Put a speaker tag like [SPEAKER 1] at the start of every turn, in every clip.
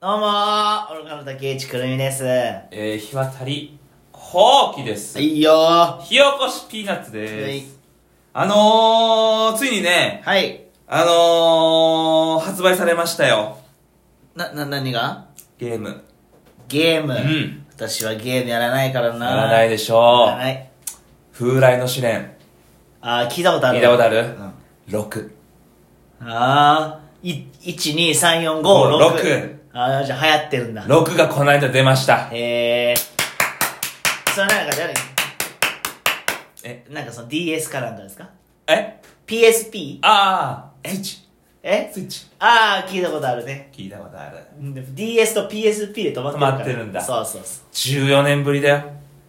[SPEAKER 1] どうもー、愚かの竹内くるみです。は
[SPEAKER 2] えー、日渡り、ほうきです。
[SPEAKER 1] いよー。
[SPEAKER 2] 火起こしピーナッツ
[SPEAKER 1] は
[SPEAKER 2] で
[SPEAKER 1] い
[SPEAKER 2] す。あのー、ついにね、
[SPEAKER 1] はい。
[SPEAKER 2] あのー、発売されましたよ。
[SPEAKER 1] な、な、何が
[SPEAKER 2] ゲーム。
[SPEAKER 1] ゲーム。
[SPEAKER 2] うん
[SPEAKER 1] 私はゲームやらないからな。
[SPEAKER 2] やらないでし
[SPEAKER 1] や
[SPEAKER 2] ょ
[SPEAKER 1] らない。
[SPEAKER 2] 風来の試練。
[SPEAKER 1] あー、聞いたことある。
[SPEAKER 2] 聞いたことある
[SPEAKER 1] うん、
[SPEAKER 2] 6。
[SPEAKER 1] あー、い、1、2、3、4、5、
[SPEAKER 2] 五
[SPEAKER 1] 6。
[SPEAKER 2] 六
[SPEAKER 1] あー、じゃあ流行ってるんだ。
[SPEAKER 2] 6がこの間出ました。
[SPEAKER 1] へー。それはなんか誰
[SPEAKER 2] え、
[SPEAKER 1] なんかその DS かなんかですか
[SPEAKER 2] え
[SPEAKER 1] ?PSP?
[SPEAKER 2] あー、スイッチ。
[SPEAKER 1] え
[SPEAKER 2] スイッチ。
[SPEAKER 1] あー、聞いたことあるね。
[SPEAKER 2] 聞いたことある。
[SPEAKER 1] うんでも DS と PSP で止まってるから。
[SPEAKER 2] 止まってるんだ
[SPEAKER 1] そうそうそう。
[SPEAKER 2] 14年ぶりだよ。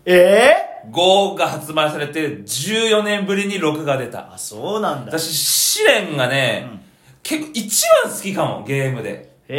[SPEAKER 1] えー
[SPEAKER 2] 5が発売されて、14年ぶりに6が出た。
[SPEAKER 1] あ、そうなんだ。
[SPEAKER 2] 私、試練がね、
[SPEAKER 1] うん
[SPEAKER 2] 結構一番好きかも、ゲームで。
[SPEAKER 1] へ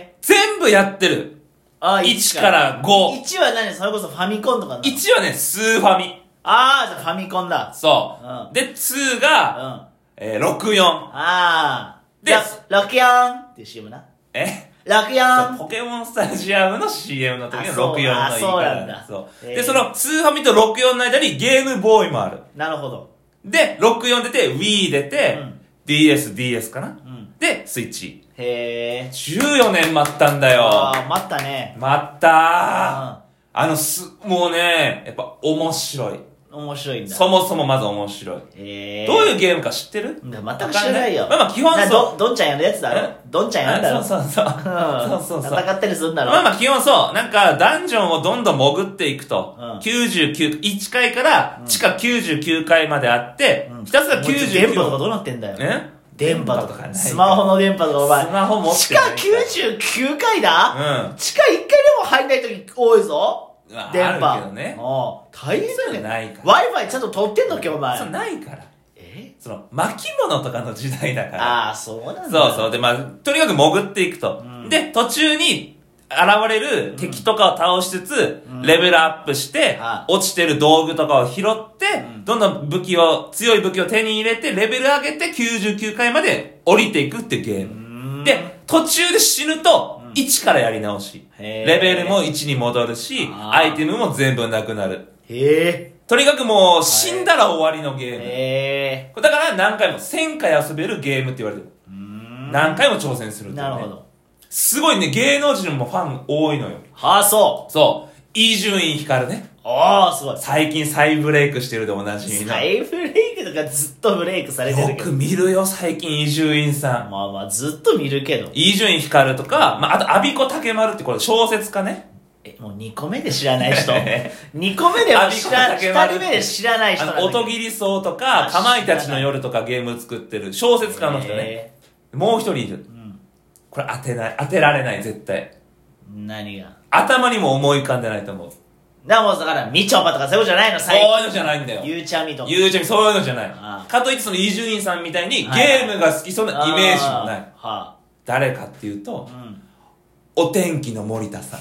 [SPEAKER 1] え。
[SPEAKER 2] 全部やってる。
[SPEAKER 1] あ
[SPEAKER 2] 1から5。
[SPEAKER 1] 1は何それこそファミコンとかなの
[SPEAKER 2] 1はね、スーファミ。
[SPEAKER 1] あー、じゃあファミコンだ。
[SPEAKER 2] そう。
[SPEAKER 1] うん
[SPEAKER 2] で、2
[SPEAKER 1] うん。
[SPEAKER 2] が、
[SPEAKER 1] あ
[SPEAKER 2] えー、64。
[SPEAKER 1] あー。
[SPEAKER 2] で
[SPEAKER 1] ロロケヨンっていう CM な。
[SPEAKER 2] え
[SPEAKER 1] ロケヨン
[SPEAKER 2] ポケモンスタジアムの CM の時
[SPEAKER 1] あ
[SPEAKER 2] の64
[SPEAKER 1] そう
[SPEAKER 2] の言い
[SPEAKER 1] あ
[SPEAKER 2] 方
[SPEAKER 1] そうなんだ
[SPEAKER 2] そう
[SPEAKER 1] へー
[SPEAKER 2] で、その、スーファミと64の間にゲームボーイもある。
[SPEAKER 1] なるほど。
[SPEAKER 2] で、64出て、Wii 出て、
[SPEAKER 1] うん
[SPEAKER 2] DS、DS かな
[SPEAKER 1] うん。
[SPEAKER 2] で、スイッチ。
[SPEAKER 1] へえ。
[SPEAKER 2] 14年待ったんだよ
[SPEAKER 1] あ。ー、待ったね。
[SPEAKER 2] 待ったー
[SPEAKER 1] うん。
[SPEAKER 2] あのす、もうね、やっぱ面白い。
[SPEAKER 1] 面白いんだ。
[SPEAKER 2] そもそもまず面白い。
[SPEAKER 1] へえ。
[SPEAKER 2] どういううゲームか知ってる
[SPEAKER 1] 全く知らないよ。
[SPEAKER 2] わかんないまあまあ基本そう
[SPEAKER 1] など、どんちゃんやるやつだろ
[SPEAKER 2] え
[SPEAKER 1] どんちゃんやるんだろ
[SPEAKER 2] あそうそうそう。そうそうそう。
[SPEAKER 1] 戦ったりするんだろ
[SPEAKER 2] まあまあ基本そう。なんか、ダンジョンをどんどん潜っていくと。
[SPEAKER 1] うん
[SPEAKER 2] 99、1階から地下99階まであって、
[SPEAKER 1] うん
[SPEAKER 2] ひたすら
[SPEAKER 1] もう電波とか
[SPEAKER 2] 99。
[SPEAKER 1] どうなってんだよ。
[SPEAKER 2] ね
[SPEAKER 1] 電波と
[SPEAKER 2] 電波とか
[SPEAKER 1] か。
[SPEAKER 2] ない
[SPEAKER 1] スマホの電波とかお前。
[SPEAKER 2] スマホ持っ
[SPEAKER 1] 地
[SPEAKER 2] て
[SPEAKER 1] 下
[SPEAKER 2] ない
[SPEAKER 1] 99階だ、
[SPEAKER 2] うん。
[SPEAKER 1] 地下1階でも入んない時多いぞ
[SPEAKER 2] まあ
[SPEAKER 1] 電波
[SPEAKER 2] あるけどね
[SPEAKER 1] おう大変だよ
[SPEAKER 2] そういう
[SPEAKER 1] ね
[SPEAKER 2] のないから。
[SPEAKER 1] w i f i ちゃんと取ってんのけお前
[SPEAKER 2] そう、ないから。
[SPEAKER 1] え
[SPEAKER 2] その、巻物とかの時代だから。
[SPEAKER 1] ああそうなんだ
[SPEAKER 2] そうそう。で、まあ、とにかく潜っていくと。
[SPEAKER 1] うん
[SPEAKER 2] で、途中に、現れる敵とかを倒しつつ、
[SPEAKER 1] うん
[SPEAKER 2] レベルアップして、
[SPEAKER 1] あ
[SPEAKER 2] 落ちてる道具とかを拾って、
[SPEAKER 1] うん
[SPEAKER 2] どんどん武器を、強い武器を手に入れて、レベル上げて99回まで降りていくっていうゲー
[SPEAKER 1] う
[SPEAKER 2] ム。
[SPEAKER 1] ーん
[SPEAKER 2] で、途中で死ぬと
[SPEAKER 1] うん、
[SPEAKER 2] 1からやり直し。
[SPEAKER 1] へ
[SPEAKER 2] レ
[SPEAKER 1] ー
[SPEAKER 2] ベルも1に戻るし、
[SPEAKER 1] あー
[SPEAKER 2] アイテムも全部なくなる。
[SPEAKER 1] へえ
[SPEAKER 2] とにかくもう、死んだら終わりのゲーム。
[SPEAKER 1] へえ
[SPEAKER 2] だから何回も1000回遊べるゲームって言われてる。
[SPEAKER 1] うーん
[SPEAKER 2] 何回も挑戦するっていうね
[SPEAKER 1] なるほど
[SPEAKER 2] すごいね、芸能人もファン多いのよ。
[SPEAKER 1] はあそう
[SPEAKER 2] そう。伊集院光ね。
[SPEAKER 1] ああすごい
[SPEAKER 2] 最近再ブレイクしてるでおなじみの。
[SPEAKER 1] 再ブレイクとかずっとブレイクされてる
[SPEAKER 2] よ
[SPEAKER 1] け
[SPEAKER 2] く
[SPEAKER 1] ど
[SPEAKER 2] 見るよ、最近伊集院さん。
[SPEAKER 1] まあまあずっと見るけど
[SPEAKER 2] 伊集院光とか、まあ、あと、阿ビ子竹丸ってこれ小説家ね。
[SPEAKER 1] えもう2個目で知らない 人2個目でも知ら2
[SPEAKER 2] 阿鼻子竹丸
[SPEAKER 1] 人目で知らない人
[SPEAKER 2] あ
[SPEAKER 1] なん
[SPEAKER 2] の、
[SPEAKER 1] だけど
[SPEAKER 2] 音切り草とか
[SPEAKER 1] あ、
[SPEAKER 2] かまいたちの夜とかゲーム作ってる小説家の人ね。
[SPEAKER 1] へ
[SPEAKER 2] もう一人いる
[SPEAKER 1] え。うん
[SPEAKER 2] これ当てない、当てられない、絶対。
[SPEAKER 1] 何が
[SPEAKER 2] 頭にも思い浮かんでないと思う。
[SPEAKER 1] だもうだから、みちょぱとかそういうことじゃないの、
[SPEAKER 2] そう
[SPEAKER 1] 最
[SPEAKER 2] いうのじゃないんだよ
[SPEAKER 1] 近。。ゆうちゃみとか。
[SPEAKER 2] ゆうちゃみ、そういうのじゃ
[SPEAKER 1] あ
[SPEAKER 2] な
[SPEAKER 1] あ
[SPEAKER 2] い。かといってその伊集院さんみたい
[SPEAKER 1] は
[SPEAKER 2] に
[SPEAKER 1] いはい
[SPEAKER 2] ゲームが好きそうなイメージもない。
[SPEAKER 1] あ
[SPEAKER 2] 誰かっていうと
[SPEAKER 1] ー、は
[SPEAKER 2] お天気の森田 さん。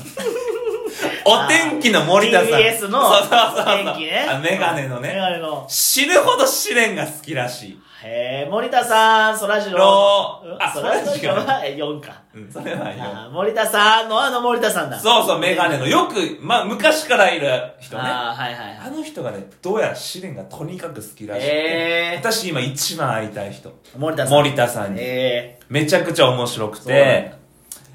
[SPEAKER 2] お天気の森田さん。
[SPEAKER 1] TBS の
[SPEAKER 2] そうそうそうそう。
[SPEAKER 1] 天気ね
[SPEAKER 2] あ、メガネの
[SPEAKER 1] あ。メ
[SPEAKER 2] ね。
[SPEAKER 1] ガネの。
[SPEAKER 2] 死ぬほど試練が好きらしい。
[SPEAKER 1] へえ、森田さん、そらジロ
[SPEAKER 2] ロ
[SPEAKER 1] ー
[SPEAKER 2] ー。
[SPEAKER 1] うん
[SPEAKER 2] あ
[SPEAKER 1] そらジロー
[SPEAKER 2] そらジロ
[SPEAKER 1] は4か。
[SPEAKER 2] うん、それはいいよ。
[SPEAKER 1] あー森田さんのあの森田さんだ。
[SPEAKER 2] そうそう、メガネの。よく、まあ、昔からいる人ね。あ
[SPEAKER 1] ああ、はいはいはい。
[SPEAKER 2] の人がね、どうやら試練がとにかく好きらしい。
[SPEAKER 1] へー
[SPEAKER 2] 私今一番会いたい人。
[SPEAKER 1] 森田さん。
[SPEAKER 2] 森田さんに。
[SPEAKER 1] へえ。
[SPEAKER 2] めちゃくちゃ面白く
[SPEAKER 1] そうなん
[SPEAKER 2] て、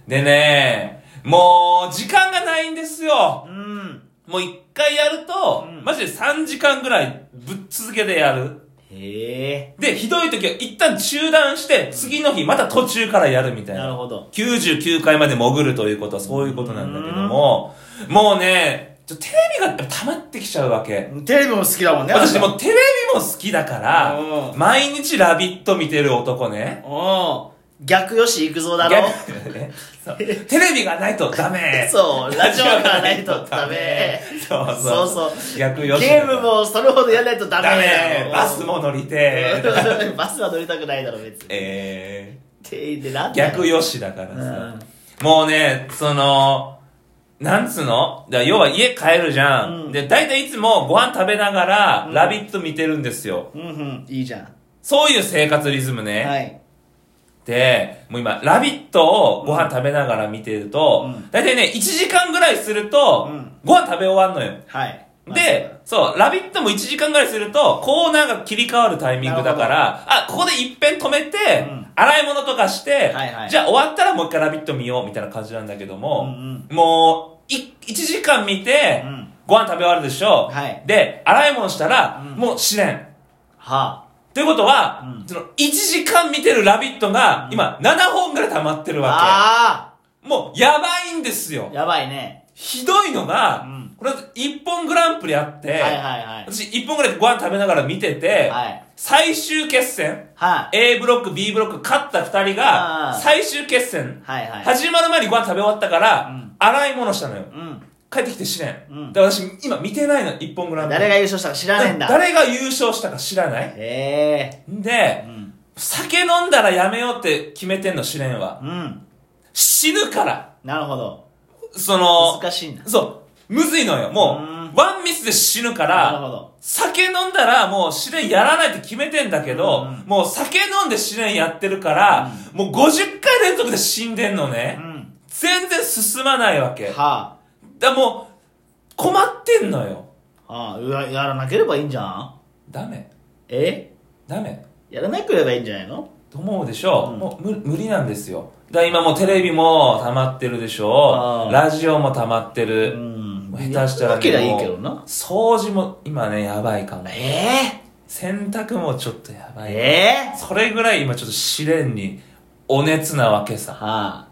[SPEAKER 2] でね、もう時間がないんですよ。
[SPEAKER 1] うん。
[SPEAKER 2] もう一回やると、
[SPEAKER 1] うん
[SPEAKER 2] マジで3時間ぐらいぶっ続けてやる。
[SPEAKER 1] へえ。
[SPEAKER 2] で、ひどい時は一旦中断して、次の日また途中からやるみたい
[SPEAKER 1] なる
[SPEAKER 2] な。
[SPEAKER 1] ほど。
[SPEAKER 2] 99回まで潜るということはそういうことなんだけども、もうね、ちょテレビが溜まってきちゃうわけ。
[SPEAKER 1] テレビも好きだもんね。
[SPEAKER 2] 私
[SPEAKER 1] う
[SPEAKER 2] もうテレビも好きだから
[SPEAKER 1] う、
[SPEAKER 2] 毎日ラビット見てる男ね。
[SPEAKER 1] ん。逆よし行くぞだろ。
[SPEAKER 2] 逆にねそう テレビがないとダメ
[SPEAKER 1] そう、 ラジオがないとダメ。
[SPEAKER 2] そうそう
[SPEAKER 1] そうそう。
[SPEAKER 2] 逆よし
[SPEAKER 1] ゲームもそれほどやらないとダメ
[SPEAKER 2] ダメバスも乗りてー
[SPEAKER 1] うんバスは乗りたくないだろ、 別に。
[SPEAKER 2] え
[SPEAKER 1] てで、なん
[SPEAKER 2] ー、
[SPEAKER 1] だよ
[SPEAKER 2] 逆よしだからさ、
[SPEAKER 1] う
[SPEAKER 2] もうねそのなんつうのだから要は家帰るじゃん、
[SPEAKER 1] うん
[SPEAKER 2] で大体いつもご飯食べながら「
[SPEAKER 1] うん
[SPEAKER 2] ラビット!」見てるんですよ
[SPEAKER 1] んうん、いいじゃん。
[SPEAKER 2] そういう生活リズムね、
[SPEAKER 1] はい。
[SPEAKER 2] って、もう今、ラビットをご飯食べながら見てると
[SPEAKER 1] うん、
[SPEAKER 2] だいたいね、1時間ぐらいすると
[SPEAKER 1] うん、
[SPEAKER 2] ご飯食べ終わんのよ。
[SPEAKER 1] はい。
[SPEAKER 2] で、そう、ラビットも1時間ぐらいすると、コーナーが切り替わるタイミングだから、あ、ここで一遍止めて、
[SPEAKER 1] うん
[SPEAKER 2] 洗い物とかして、
[SPEAKER 1] はいはい
[SPEAKER 2] じゃあ終わったらもう一回ラビット見ようみたいな感じなんだけど
[SPEAKER 1] う
[SPEAKER 2] も、
[SPEAKER 1] ん
[SPEAKER 2] もう、い、1時間見て、
[SPEAKER 1] うん
[SPEAKER 2] ご飯食べ終わるでしょ、
[SPEAKER 1] はい
[SPEAKER 2] で、洗い物したら、
[SPEAKER 1] うん
[SPEAKER 2] もう試練。
[SPEAKER 1] は
[SPEAKER 2] ということは、
[SPEAKER 1] うん
[SPEAKER 2] その、1時間見てるラビットが、
[SPEAKER 1] うん
[SPEAKER 2] 今、7本ぐらい溜まってる
[SPEAKER 1] あ。
[SPEAKER 2] わ
[SPEAKER 1] あ
[SPEAKER 2] け。もう、やばいんですよ
[SPEAKER 1] あ。。やばいね。
[SPEAKER 2] ひどいのが、
[SPEAKER 1] うん
[SPEAKER 2] これ、1本グランプリあって、
[SPEAKER 1] はいはいはい。
[SPEAKER 2] 私1本ぐらいご飯食べながら見てて、
[SPEAKER 1] はい
[SPEAKER 2] 最終決戦
[SPEAKER 1] はい。
[SPEAKER 2] A ブロック B ブロック勝った2人
[SPEAKER 1] あ
[SPEAKER 2] が
[SPEAKER 1] ー
[SPEAKER 2] 最終決戦
[SPEAKER 1] はいはい。
[SPEAKER 2] 始まる前にご飯食べ終わったから、
[SPEAKER 1] うん
[SPEAKER 2] 洗い物したのよ
[SPEAKER 1] うん。
[SPEAKER 2] 帰ってきて試練、
[SPEAKER 1] うん
[SPEAKER 2] で私今見てないの1本ぐらい
[SPEAKER 1] 誰が優勝したか知らねえんだ。
[SPEAKER 2] 誰が優勝したか知らない
[SPEAKER 1] へえ。
[SPEAKER 2] で
[SPEAKER 1] うん。
[SPEAKER 2] 酒飲んだらやめようって決めてんの試練は
[SPEAKER 1] うん。
[SPEAKER 2] 死ぬから
[SPEAKER 1] なるほど。
[SPEAKER 2] その
[SPEAKER 1] 難しいな。
[SPEAKER 2] そうむずいのよも
[SPEAKER 1] うん
[SPEAKER 2] うワンミスで死ぬから
[SPEAKER 1] なるほど。
[SPEAKER 2] 酒飲んだらもう試練やらないって決めてんだけど、
[SPEAKER 1] うん
[SPEAKER 2] もう酒飲んで試練やってるから、もう50回連続で死んでんの
[SPEAKER 1] う
[SPEAKER 2] ね。
[SPEAKER 1] ん。
[SPEAKER 2] 全然進まないわけ。だか
[SPEAKER 1] は
[SPEAKER 2] らもう、困ってんのよ。
[SPEAKER 1] あ。ああ、うわやらなければいいんじゃん
[SPEAKER 2] ダメ。
[SPEAKER 1] え
[SPEAKER 2] ダメ。
[SPEAKER 1] やらなければいいんじゃないの
[SPEAKER 2] と思うでしょ、
[SPEAKER 1] うん
[SPEAKER 2] もう無無理なんですよ。だから今もうテレビも溜まってるでしょ
[SPEAKER 1] あー
[SPEAKER 2] ラジオも溜まって
[SPEAKER 1] う
[SPEAKER 2] る。
[SPEAKER 1] ん。
[SPEAKER 2] 下手した
[SPEAKER 1] や
[SPEAKER 2] ら
[SPEAKER 1] らなければい
[SPEAKER 2] も
[SPEAKER 1] いうけどな。
[SPEAKER 2] 掃除も今ね、やばいかも。
[SPEAKER 1] え
[SPEAKER 2] 洗濯もちょっとやば
[SPEAKER 1] え
[SPEAKER 2] い。
[SPEAKER 1] ええ
[SPEAKER 2] それぐらい今ちょっと試練にお熱なわけさ。
[SPEAKER 1] はあ。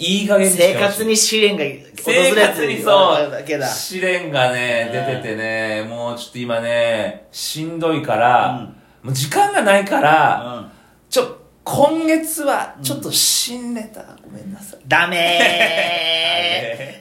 [SPEAKER 2] いい加減にし
[SPEAKER 1] 生
[SPEAKER 2] てほしい
[SPEAKER 1] 活に試練が訪れ
[SPEAKER 2] 生
[SPEAKER 1] るやつ
[SPEAKER 2] 活にそう
[SPEAKER 1] だけだ。
[SPEAKER 2] 試練がね、
[SPEAKER 1] うん
[SPEAKER 2] 出ててね、もうちょっと今ね、しんどいから、もう時間がないから、ちょ、今月はちょっと新ネタ、ごめんなさい。
[SPEAKER 1] ダメ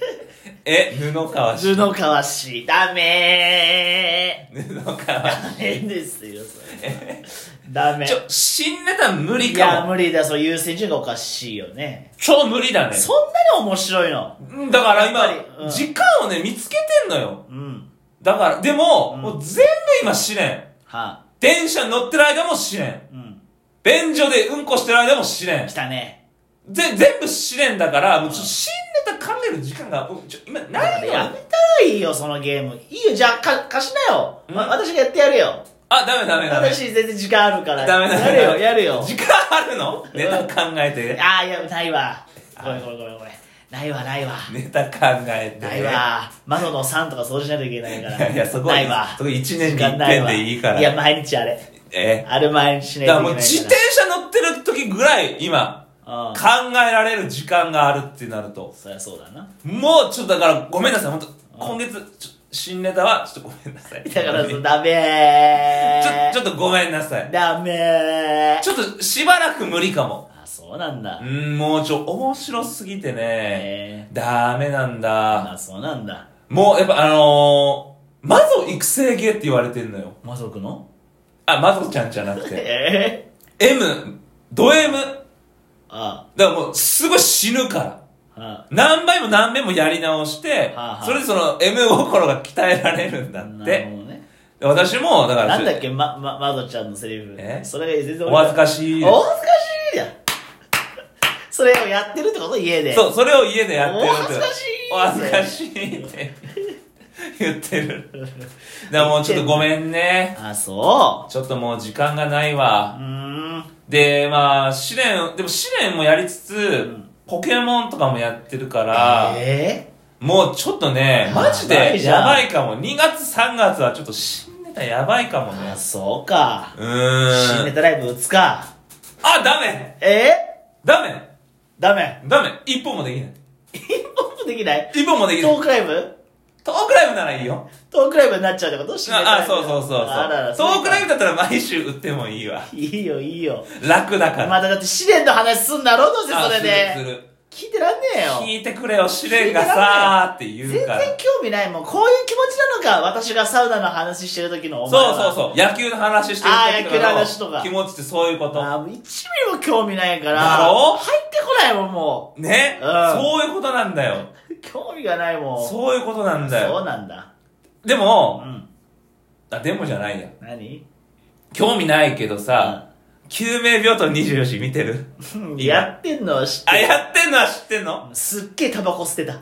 [SPEAKER 2] え、布川
[SPEAKER 1] ー
[SPEAKER 2] 氏。
[SPEAKER 1] 図のかわし、ダメ
[SPEAKER 2] 布川
[SPEAKER 1] ーダメですよ、それ。ダメ。
[SPEAKER 2] ちょ、新ネタ無理
[SPEAKER 1] いや、
[SPEAKER 2] かも。
[SPEAKER 1] 無理だ、そう、優先順位がおかしいよね。
[SPEAKER 2] 超無理だね。
[SPEAKER 1] そんなに面白いの
[SPEAKER 2] うんだから
[SPEAKER 1] やっぱりう
[SPEAKER 2] 今、
[SPEAKER 1] ん
[SPEAKER 2] 時間をね、見つけてんのよ。
[SPEAKER 1] うん。
[SPEAKER 2] だから、でも、
[SPEAKER 1] うん
[SPEAKER 2] もう全部今試練。
[SPEAKER 1] はあ。
[SPEAKER 2] 電車に乗ってる間も試練。
[SPEAKER 1] うん。
[SPEAKER 2] 便所でうんこしてる間も試練
[SPEAKER 1] 来。たね。
[SPEAKER 2] ぜ全部試練だから、もうちょっと新ネタ考える時間が、うんちょ今
[SPEAKER 1] だか
[SPEAKER 2] な
[SPEAKER 1] ら
[SPEAKER 2] いの
[SPEAKER 1] や
[SPEAKER 2] よ
[SPEAKER 1] め。たらいいよ、そのゲーム。いいよ、じゃあ、か、貸しなよ。ま、
[SPEAKER 2] うん
[SPEAKER 1] 私がやってやるよ。
[SPEAKER 2] あ、ダメダメダメ。
[SPEAKER 1] 私、全然時間あるから。
[SPEAKER 2] ダメダメダメ。
[SPEAKER 1] やるよ、やる よ。
[SPEAKER 2] 時間あるのネタ考えて。
[SPEAKER 1] あー、いや、ないわ。ごめん、ごめん、ごめん、ごめん。ないわ、ないわ。
[SPEAKER 2] ネタ考えて。
[SPEAKER 1] ないわ。窓の3とか掃除しないといけないから。
[SPEAKER 2] いや、そこ
[SPEAKER 1] ないわ。
[SPEAKER 2] そこ一年に一
[SPEAKER 1] 時間ない
[SPEAKER 2] 遍
[SPEAKER 1] わ
[SPEAKER 2] でいいから。
[SPEAKER 1] いや、毎日あれ。
[SPEAKER 2] え
[SPEAKER 1] あれ毎日しな
[SPEAKER 2] だ
[SPEAKER 1] い
[SPEAKER 2] か
[SPEAKER 1] といけな
[SPEAKER 2] らも
[SPEAKER 1] いうから。
[SPEAKER 2] 自転車乗ってる時ぐらい、今、
[SPEAKER 1] うん
[SPEAKER 2] 考えられる時間があるってなると。
[SPEAKER 1] そりゃそうだな。
[SPEAKER 2] もうちょっとだから、ごめんなさい。本当今月、ちょ新ネタは、ちょっとごめんなさい。
[SPEAKER 1] だから
[SPEAKER 2] ち
[SPEAKER 1] そ
[SPEAKER 2] ょ
[SPEAKER 1] う、、ダメー。
[SPEAKER 2] ちょっとごめんなさい。
[SPEAKER 1] ダメー。
[SPEAKER 2] ちょっとしばらく無理かも。
[SPEAKER 1] あ、そうなんだ
[SPEAKER 2] う。ん、もうちょ、面白すぎてね。
[SPEAKER 1] え
[SPEAKER 2] ダメなん
[SPEAKER 1] ー、
[SPEAKER 2] だ。
[SPEAKER 1] あ、そうなんだ。
[SPEAKER 2] もう、やっぱあのー、魔女育成芸って言われてんのよ。
[SPEAKER 1] 魔族 の
[SPEAKER 2] あ、魔女ちゃんじゃなくて。
[SPEAKER 1] え
[SPEAKER 2] M、ド M。だか
[SPEAKER 1] ー、あ、
[SPEAKER 2] らもう、すごい死ぬから。
[SPEAKER 1] あ、
[SPEAKER 2] 何倍も何遍もやり直して、
[SPEAKER 1] はあはあ
[SPEAKER 2] それでその M 心が鍛えられるんだっ
[SPEAKER 1] なる
[SPEAKER 2] て。
[SPEAKER 1] ほどね。
[SPEAKER 2] 私も、だから、
[SPEAKER 1] なんだっけ、ま、ま、まどちゃんのセリフ。
[SPEAKER 2] え
[SPEAKER 1] それが全然
[SPEAKER 2] お恥ずかしい
[SPEAKER 1] お。恥ずかしいやん。 それをやってるってこと家で。
[SPEAKER 2] そう、それを家でやってる
[SPEAKER 1] お恥ずかしい
[SPEAKER 2] お恥ずかしいって言ってる。だからもうちょっとごめんね。
[SPEAKER 1] あ、そ。
[SPEAKER 2] ちょっともう時間がないう
[SPEAKER 1] う
[SPEAKER 2] わ。
[SPEAKER 1] ーん。
[SPEAKER 2] で、まあ、試練、でも試練もやりつつ、
[SPEAKER 1] ん
[SPEAKER 2] ポケモンとかもやってるから、
[SPEAKER 1] え
[SPEAKER 2] もうちょっとね、マジ
[SPEAKER 1] やば
[SPEAKER 2] で
[SPEAKER 1] いじゃん
[SPEAKER 2] やばいかも。2月3月はちょっと新ネタやばいかも
[SPEAKER 1] ー、
[SPEAKER 2] ね
[SPEAKER 1] あ、。そうか。
[SPEAKER 2] う
[SPEAKER 1] 新
[SPEAKER 2] ー
[SPEAKER 1] ネ
[SPEAKER 2] ん。
[SPEAKER 1] タライブ打つか。
[SPEAKER 2] あ、ダメ
[SPEAKER 1] え
[SPEAKER 2] ダメ
[SPEAKER 1] ー、ダメ。
[SPEAKER 2] ダメ一本もできない。
[SPEAKER 1] トークできない
[SPEAKER 2] 一本もできない
[SPEAKER 1] トー。クライブ
[SPEAKER 2] トークライブならいいよ。
[SPEAKER 1] トークライブになっちゃうってこと新ネタライ
[SPEAKER 2] ああ、
[SPEAKER 1] ブ
[SPEAKER 2] そうそうそうそう
[SPEAKER 1] あらら。
[SPEAKER 2] トークライブ
[SPEAKER 1] ブ
[SPEAKER 2] だったら毎週売ってもいいわ。
[SPEAKER 1] いいよ、いいよ。
[SPEAKER 2] 楽だから。
[SPEAKER 1] まただって試練の話すんだろ、どうせ
[SPEAKER 2] あ
[SPEAKER 1] それ
[SPEAKER 2] するす
[SPEAKER 1] で。
[SPEAKER 2] る
[SPEAKER 1] 聞いてらんねえよ。
[SPEAKER 2] 聞いてくれよ、試練がさーって言
[SPEAKER 1] 全
[SPEAKER 2] う
[SPEAKER 1] 然
[SPEAKER 2] から。
[SPEAKER 1] 興味ないもんこういう気持ちなのか私がサウナの話してる時のお前
[SPEAKER 2] そう
[SPEAKER 1] は
[SPEAKER 2] そうそう。野球の話してる時
[SPEAKER 1] あー野球の話とか
[SPEAKER 2] 気持ちってそういうこと。
[SPEAKER 1] あーもう一ミリも興味ないから
[SPEAKER 2] だろ
[SPEAKER 1] 入ってこないもんも
[SPEAKER 2] ね、
[SPEAKER 1] うん
[SPEAKER 2] そういうことなんだよ。
[SPEAKER 1] う興味がないもんう
[SPEAKER 2] そういうことなんだ
[SPEAKER 1] そ
[SPEAKER 2] よ。
[SPEAKER 1] うなんだ
[SPEAKER 2] で
[SPEAKER 1] う
[SPEAKER 2] も、
[SPEAKER 1] ん
[SPEAKER 2] あ、でもじゃないや。
[SPEAKER 1] 何
[SPEAKER 2] 興味ないけどさ、救命病棟24時見 てる
[SPEAKER 1] やってんのは知って
[SPEAKER 2] あ、
[SPEAKER 1] る
[SPEAKER 2] やってんのは知ってんの
[SPEAKER 1] すっげえタバコ捨てた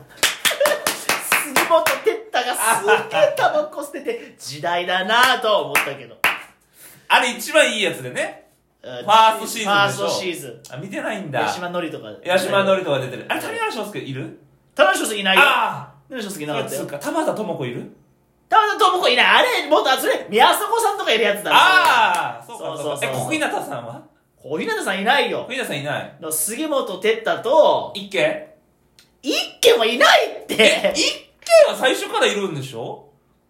[SPEAKER 1] 杉本哲太がすっげえタバコ捨てて時代だなぁとは思ったけど
[SPEAKER 2] あれ一番いいやつでね。
[SPEAKER 1] フ
[SPEAKER 2] ファーストシーズンでしょ
[SPEAKER 1] ファーストシーズン
[SPEAKER 2] あ、見てないんだ
[SPEAKER 1] 八。島のりとか
[SPEAKER 2] 八島のりとか出てる。あれ、谷原章介いる
[SPEAKER 1] 田中すぎないよ
[SPEAKER 2] あ
[SPEAKER 1] 田中すぎ
[SPEAKER 2] あ
[SPEAKER 1] なかった
[SPEAKER 2] つう
[SPEAKER 1] よ
[SPEAKER 2] か、玉田智子いる
[SPEAKER 1] 田中智子いないあれもっとあそれ宮迫さんとかいるやつだ
[SPEAKER 2] ああそうか
[SPEAKER 1] そ
[SPEAKER 2] そうう
[SPEAKER 1] そ
[SPEAKER 2] か。
[SPEAKER 1] う
[SPEAKER 2] え、
[SPEAKER 1] そう
[SPEAKER 2] 小日向さんは
[SPEAKER 1] 小日向さんいないよ
[SPEAKER 2] 小日向さんいな
[SPEAKER 1] だ
[SPEAKER 2] い。
[SPEAKER 1] から杉本哲太と
[SPEAKER 2] 一軒
[SPEAKER 1] 一軒はいないっ
[SPEAKER 2] え、
[SPEAKER 1] て
[SPEAKER 2] 一軒は最初からいるんでしょ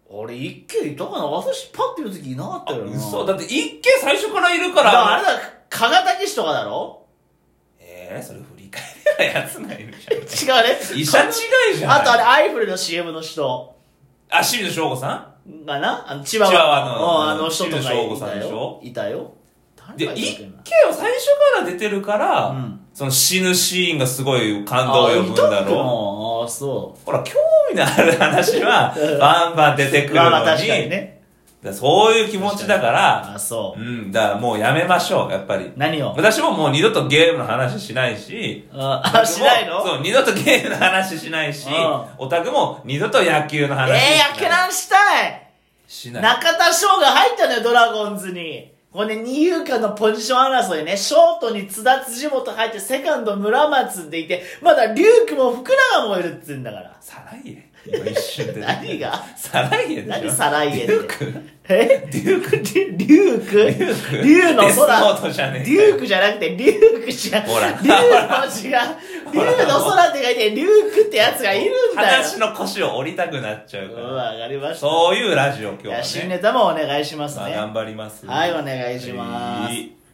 [SPEAKER 1] 俺一軒いたかな私パッて見た時いなかったよな
[SPEAKER 2] 嘘。
[SPEAKER 1] だ
[SPEAKER 2] だって一軒最初からいるか。
[SPEAKER 1] かららあれだ加賀武士とかだろ
[SPEAKER 2] えー、それ振り返れないやつがいる じゃん。
[SPEAKER 1] 違うね
[SPEAKER 2] 医者違いじゃん。
[SPEAKER 1] あとあれ、アイフルの CM の人
[SPEAKER 2] あ、清水翔吾さん
[SPEAKER 1] がな、あの、千葉
[SPEAKER 2] 千葉の
[SPEAKER 1] うんあ
[SPEAKER 2] あの
[SPEAKER 1] の人とかい
[SPEAKER 2] 清水翔吾さんでしょ
[SPEAKER 1] いたよ。いた
[SPEAKER 2] で
[SPEAKER 1] よ。、誰が
[SPEAKER 2] 一
[SPEAKER 1] いたっけな
[SPEAKER 2] 軒は最初から出てるから、
[SPEAKER 1] うん
[SPEAKER 2] その死ぬシーンがすごい感動を呼ぶんだ
[SPEAKER 1] あいたっけな
[SPEAKER 2] ろう。
[SPEAKER 1] あ、そ
[SPEAKER 2] ほら、興味のある話は
[SPEAKER 1] うん、
[SPEAKER 2] バンバン出て
[SPEAKER 1] う。
[SPEAKER 2] くる
[SPEAKER 1] まあまあ
[SPEAKER 2] の
[SPEAKER 1] 確
[SPEAKER 2] に、
[SPEAKER 1] かにね。
[SPEAKER 2] だそういう気持ちだから、
[SPEAKER 1] あ、そうう。
[SPEAKER 2] ん、だからもうやめましょう、やっぱり。
[SPEAKER 1] 何を
[SPEAKER 2] 私ももう二度とゲームの話しないし、
[SPEAKER 1] あ、あしないの
[SPEAKER 2] 僕もそう、二度とゲームの話しないし
[SPEAKER 1] うん、
[SPEAKER 2] オタクも二度と野球の
[SPEAKER 1] え
[SPEAKER 2] 話しない。
[SPEAKER 1] え、野球なんしたい
[SPEAKER 2] しない。
[SPEAKER 1] 中田翔が入ったのよ、ドラゴンズに。これね、二遊間のポジション争いね、ショートに津田辻元入って、セカンド村松でいて、まだ龍空も福永もいるっつうんだから。
[SPEAKER 2] サライエ今一瞬で。
[SPEAKER 1] 何が
[SPEAKER 2] サライエでしょ
[SPEAKER 1] 何サライエって
[SPEAKER 2] デューク
[SPEAKER 1] え
[SPEAKER 2] デューク
[SPEAKER 1] り竜空
[SPEAKER 2] リュウク
[SPEAKER 1] 竜の
[SPEAKER 2] デスノー
[SPEAKER 1] 空
[SPEAKER 2] トじゃねえか
[SPEAKER 1] 竜空じゃなくて竜空じゃ
[SPEAKER 2] ほら
[SPEAKER 1] 竜の字が竜の空って書いて竜空ってやつがいるんだよ
[SPEAKER 2] 話の腰を折りたくなっちゃう
[SPEAKER 1] う
[SPEAKER 2] か
[SPEAKER 1] ん
[SPEAKER 2] ら。
[SPEAKER 1] わかりました
[SPEAKER 2] そういうラジオ今
[SPEAKER 1] い
[SPEAKER 2] 日は
[SPEAKER 1] や新
[SPEAKER 2] ね。
[SPEAKER 1] ネタもお願いします
[SPEAKER 2] まあ
[SPEAKER 1] ね
[SPEAKER 2] 頑張ります。
[SPEAKER 1] はいお願いします
[SPEAKER 2] はい